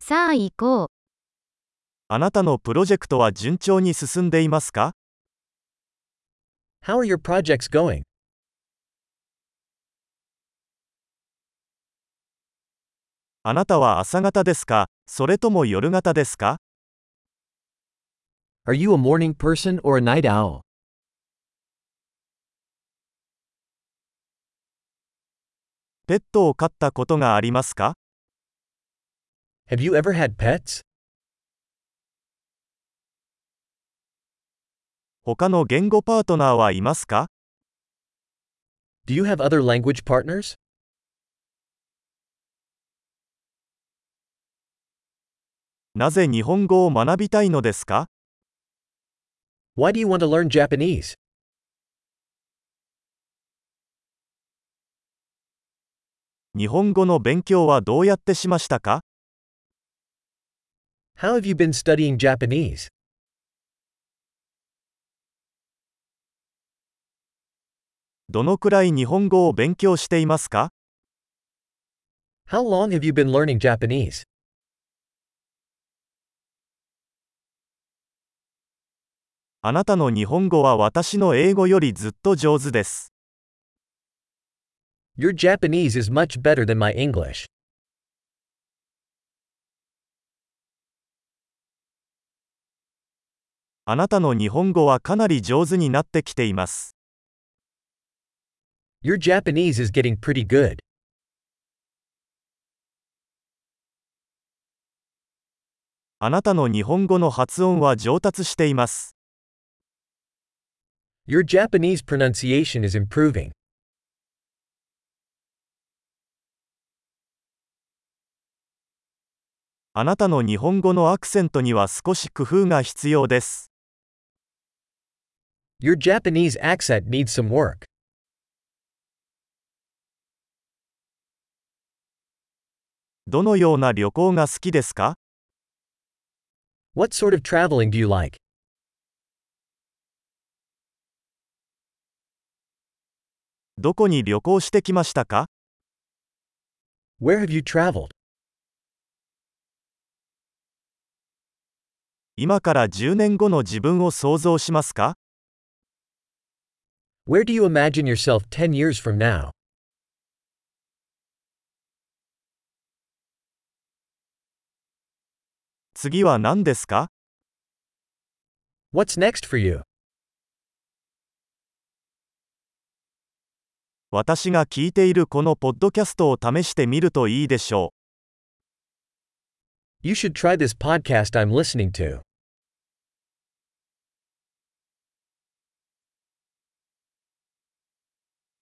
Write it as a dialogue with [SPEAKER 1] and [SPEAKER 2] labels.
[SPEAKER 1] さあ行こう。
[SPEAKER 2] あなたのプロジェクトは順調に進んでいますか
[SPEAKER 3] How are your projects going?
[SPEAKER 2] あなたは朝方ですかそれとも夜型ですか
[SPEAKER 3] Are you a morning person or a night owl?
[SPEAKER 2] ペットを飼ったことがありますか
[SPEAKER 3] Have you ever had pets?
[SPEAKER 2] 他の言語パートナーはいますか
[SPEAKER 3] Do you have other language partners?
[SPEAKER 2] なぜ日本語を学びたいのですか
[SPEAKER 3] Why do you want to learn Japanese?
[SPEAKER 2] 日本語の勉強はどうやってしましたか
[SPEAKER 3] How have you been studying Japanese?
[SPEAKER 2] どのくらい日本語を勉強していますか
[SPEAKER 3] How long have you been learning Japanese?
[SPEAKER 2] あなたの日本語は私の英語よりずっと上手です。
[SPEAKER 3] Your Japanese is much better than my English.
[SPEAKER 2] あなたの日本語はかなり上手になってきています。
[SPEAKER 3] Your Japanese is getting pretty good.
[SPEAKER 2] あなたの日本語の発音は上達しています。
[SPEAKER 3] Your Japanese pronunciation is improving.
[SPEAKER 2] あなたの日本語のアクセントには少し工夫が必要です。
[SPEAKER 3] Your Japanese accent needs some work.
[SPEAKER 2] どのような旅行が好きですか
[SPEAKER 3] What sort of traveling do you like?
[SPEAKER 2] どこに旅行してきましたか
[SPEAKER 3] Where have you traveled?
[SPEAKER 2] 今から10年後の自分を想像しますか
[SPEAKER 3] Where do you imagine yourself 10 years from now?
[SPEAKER 2] 次は何ですか
[SPEAKER 3] What's next for you?
[SPEAKER 2] 私が聞いているこのポッドキャストを試してみるといいでしょう。
[SPEAKER 3] You should try this podcast I'm listening to.